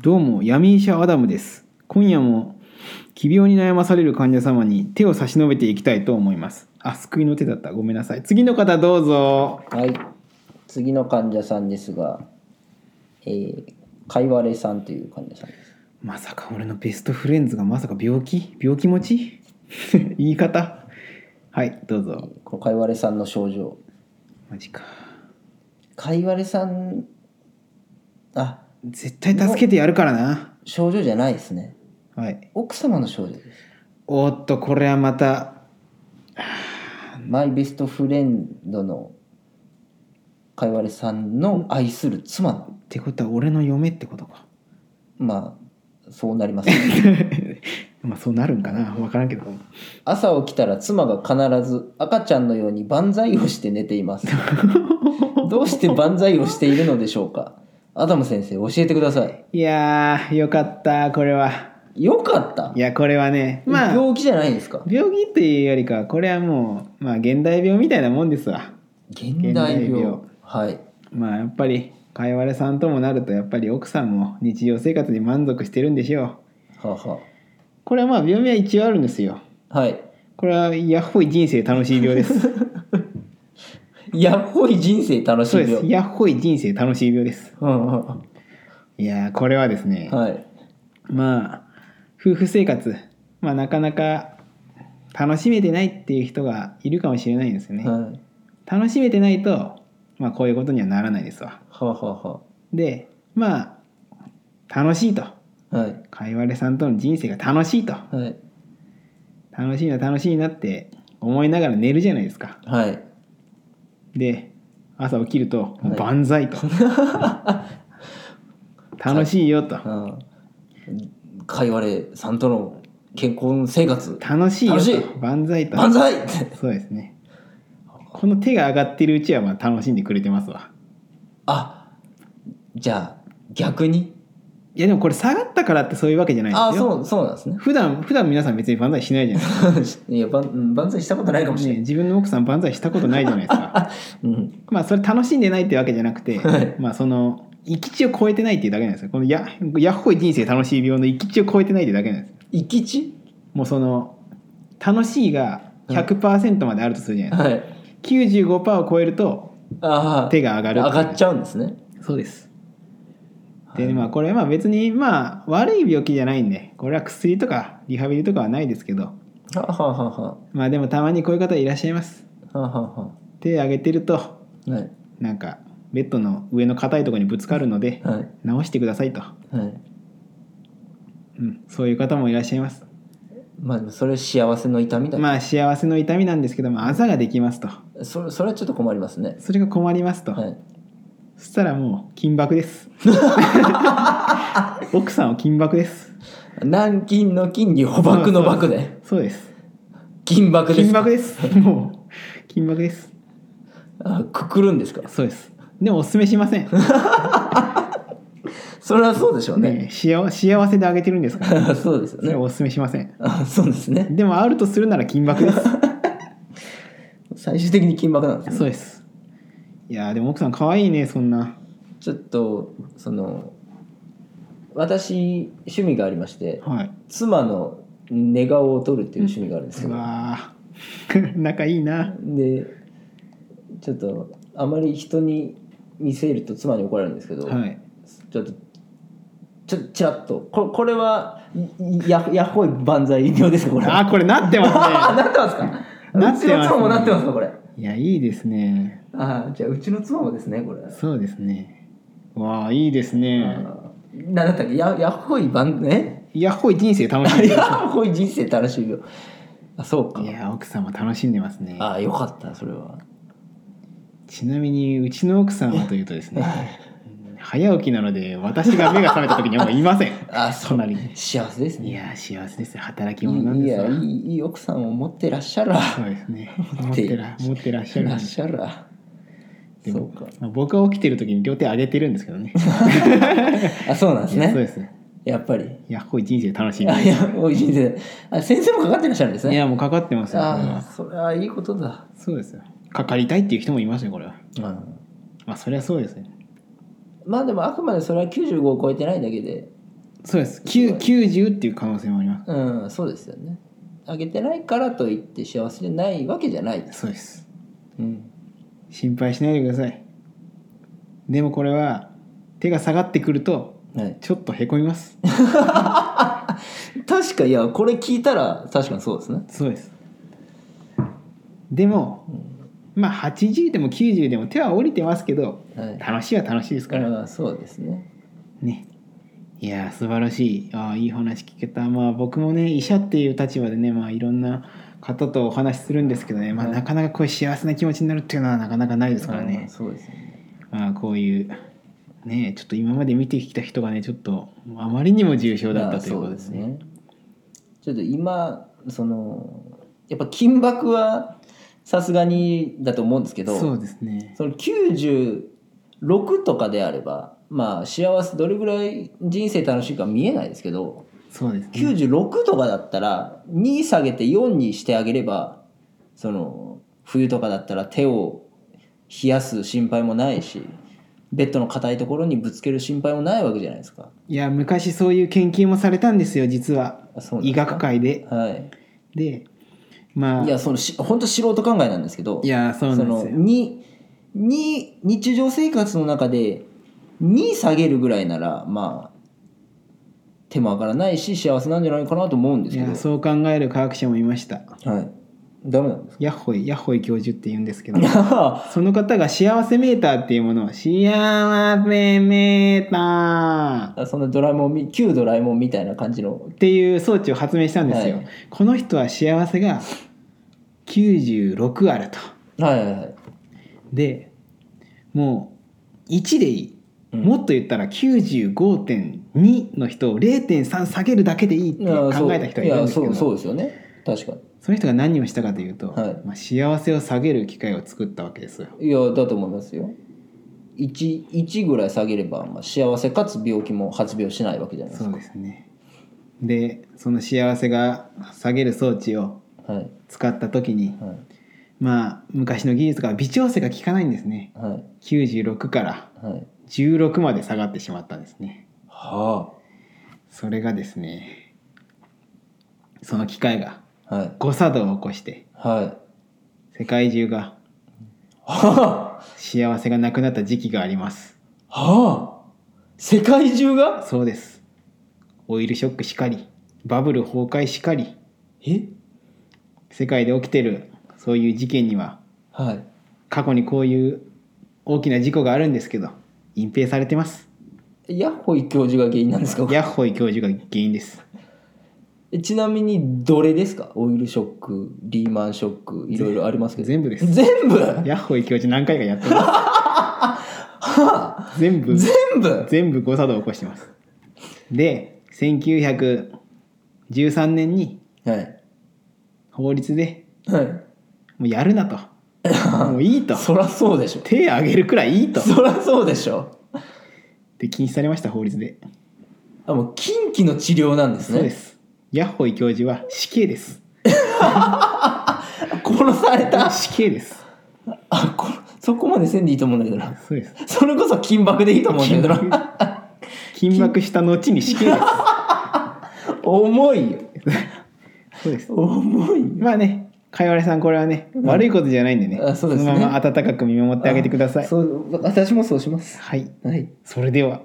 どうも闇医者アダムです今夜も奇病に悩まされる患者様に手を差し伸べていきたいと思いますあ救いの手だったごめんなさい次の方どうぞはい次の患者さんですがえー、かいわれさんという患者さんですまさか俺のベストフレンズがまさか病気病気持ち 言い方はいどうぞこのかいわれさんの症状マジかかいわれさんあ絶対助けてやるからな症状じゃないですねはい奥様の症状ですおっとこれはまたマイベストフレンドのかいわれさんの愛する妻のってことは俺の嫁ってことか まあそうなりますねまあそうなるんかな分からんけど朝起きたら妻が必ず赤ちゃんのように万歳をして寝ています どうして万歳をしているのでしょうかアダム先生教えてくださいいやーよかったこれはよかったいやこれはねまあ病気じゃないんですか病気っていうよりかはこれはもうまあ現代病みたいなもんですわ現代病代病はいまあやっぱりかいわれさんともなるとやっぱり奥さんも日常生活に満足してるんでしょうはあはこれはまあ病名は一応あるんですよあはいこれはヤッホイ人生楽しい病です やっほい人生楽しそういです病ヤッホイ人生楽しい病ですうんうんいやーこれはですね、はいまあ夫婦生活、まあ、なかなか楽しめてないっていう人がいるかもしれないんですよね、はい楽しめてないと、まあ、こういうことにはならないですわはあはでまあ楽しいとあはあはいかいわれさんとの人生が楽しいとはい楽しいな楽しいなって思いながら寝るじゃないですかはいで朝起きるとはい万歳 と、楽しいよとうんかいわれさんとの結婚生活楽しいよ楽しいと万歳と万歳ってそうですねこの手が上がってるうちはまあ楽しんでくれてますわあじゃあ逆にいやでもこれ下がったからってそういうわけじゃないんあですよそうそうなんですね 普段普段皆さん別に万歳しないじゃないですか、いやばんうん万歳したことないかもしれね、ない、自分の奥さん万歳したことないじゃないですかうん、まあそれ楽しんでないってわけじゃなくて、はいまあその行き地を超えてないっていうだけなんですよこのややっほい人生楽しい病の行き地を超えてないってだけなんです行き地もうその楽しいが100%まであるとするじゃないではいすか、95%を超えるとああ手が上がる上がっちゃうんですねそうですはでいまあこれはまあ別にまあ悪い病気じゃないんでこれは薬とかリハビリとかはないですけどはあはあはあはまあでもたまにこういう方いらっしゃいますあはあは手上げてるとあはいなんかベッドの上の硬いところにぶつかるのではい直してくださいと、はいうん、そういう方もいらっしゃいますまあでもそれ幸せの痛みだ、まあ幸せの痛みなんですけどもあざができますとそれそれはちょっと困りますねそれが困りますと、はいそしたらもう金箔です 奥さんを金箔です南京の金に捕獲の箔でそうです金箔です金箔ですもう金箔ですあくくるんですかそうですでもおすすめしませんそれはそうでしょうねねえ幸幸せであげてるんですから、 そうですよそれはねおすすめしませんあそうですねでもあるとするなら金箔です最終的に金箔なんですねそうですいやーでも奥さん可愛いねそんなちょっとその私趣味がありましてはい妻の寝顔を撮るっていう趣味があるんですけうど、わー 仲いいなでちょっとあまり人に見せると妻に怒られるんですけど、はいちょっとちょっとちらっとここれはいややっほい万歳病ですかこれあーこれなってまあ なってますかなうってますちの妻もなってますかこれすねいやいいですねああじゃあうちの妻もですねこれそうですねわあいいですねあーななんだったっけややっほい万ねいやほい人生楽しんで やるっほい人生楽しいよあそうかいや奥さんも楽しんでますねああよかったそれはちなみにうちの奥さんはというとですねうん早起きなので私が目が覚めた時に はもういませんあそう隣に幸せですねいやー幸せですよ働き者なんいですやよいいいい奥さんを持ってらっしゃるわそうですね持持っっててら持ってらっしゃるらっしゃるわでそもうかまあ僕は起きてる時に両手上げてるんですけどねあそうなんですいやそうねですねやっぱりいやほい人生楽しいんでやるいやおいしいですあ先生もかかってらっしゃるんですいねやもうかかってますよこれあはあそれはいいことだそうですよかかりたいっていう人もいますよこれはうんまあそりゃそうですねまあでもあくまでそれは95を超えてないだけでそうです9 90っていう可能性もありまうんそうですよねあげてないからといって幸せでないわけじゃないですすそうですうん心配しないでくださいでもこれは手が下がってくるとはい、ちょっとへこみます確かいやこれ聞いたら確かにそうですねそうですでもまあ80でも90でも手は降りてますけどはい楽しいは楽しいですからああそうですねねいやー素晴らしいあーいい話聞けたまあ僕もね医者っていう立場でね、まあ、いろんな方とお話しするんですけどね、まあ、はいなかなかこういう幸せな気持ちになるっていうのはなかなかないですからああね、そうですねまあ、こういうねちょっと今まで見てきた人がねちょっとあまりにも重症だったということですね。まあそうちょっと今そのやっぱ金箔はさすがにだと思うんですけどそうですねその96とかであればまあ幸せどれぐらい人生楽しいか見えないですけどそうですね96とかだったら2下げて4にしてあげればその冬とかだったら手を冷やす心配もないしベッドの硬いところにぶつける心配もないわけじゃないですか。いや昔そういう研究もされたんですよ実はあそうなん医ですか学界で。はい、でまあいやそのし本当素人考えなんですけどいやそうなんですそのよ。にに日常生活の中で2下げるぐらいならまあ手もわからないし幸せなんじゃないかなと思うんですいけどやそう考える科学者もいました。はいダメなんですかヤッホイヤッホイ教授って言うんですけど あその方が幸せメーターっていうものを幸せメーターそのドラえもんみ旧ドラえもんみたいな感じのっていう装置を発明したんですよ、はいこの人は幸せが96あるとはいはいはいでもう1でいい、うんもっと言ったら95.2の人を0.3下げるだけでいいっていやそう考えた人がいるんですけいやそどうそそうですよね確かの人が何をしたかというと、はいまあ、幸せを下げる機会を作ったわけですよにいやだと思いますよ 1, 1ぐらい下げれば、まあ、幸せかつ病気も発病しないわけじゃないですそうかですねでその幸せが下げる装置をはい使った時にはまあ昔の技術が微調整が効かないんですねいはい96からはい16まで下がってしまったんですねはそれがですねその機械があはい誤作動を起こしてはい世界中がはあ幸せがなくなった時期がありますはあ世界中がそうですオイルショックしかりバブル崩壊しかりえ世界で起きてるそういう事件にははい過去にこういう大きな事故があるんですけど隠蔽されてますヤッホイ教授が原因なんですかヤッホイ教授が原因ですえちなみにどれですかオイルショックリーマンショックいろいろありますけど全部です全部はヤッホイ教授何回かやってまあす全部全部全部誤作動を起こしてますで1913年にはい法律ではいもうやるな ともういいとそらそうでしょ手あげるくらいいいとそらそうでしょで禁止されました法律であもう近畿の治療なんですねそうですヤッホイ教授は死刑です殺された死刑ですあこそこまでせんでいいと思うんだけどなそうですそれこそ金箔でいいと思うんだけど金な 緊縛した後に死刑です 重いよそうです重いよまあね、かいわれさん、これはね、悪いことじゃないんでね、あそうですねのまま温かく見守ってあげてください。そう私もそうしますはい、はいそれでは。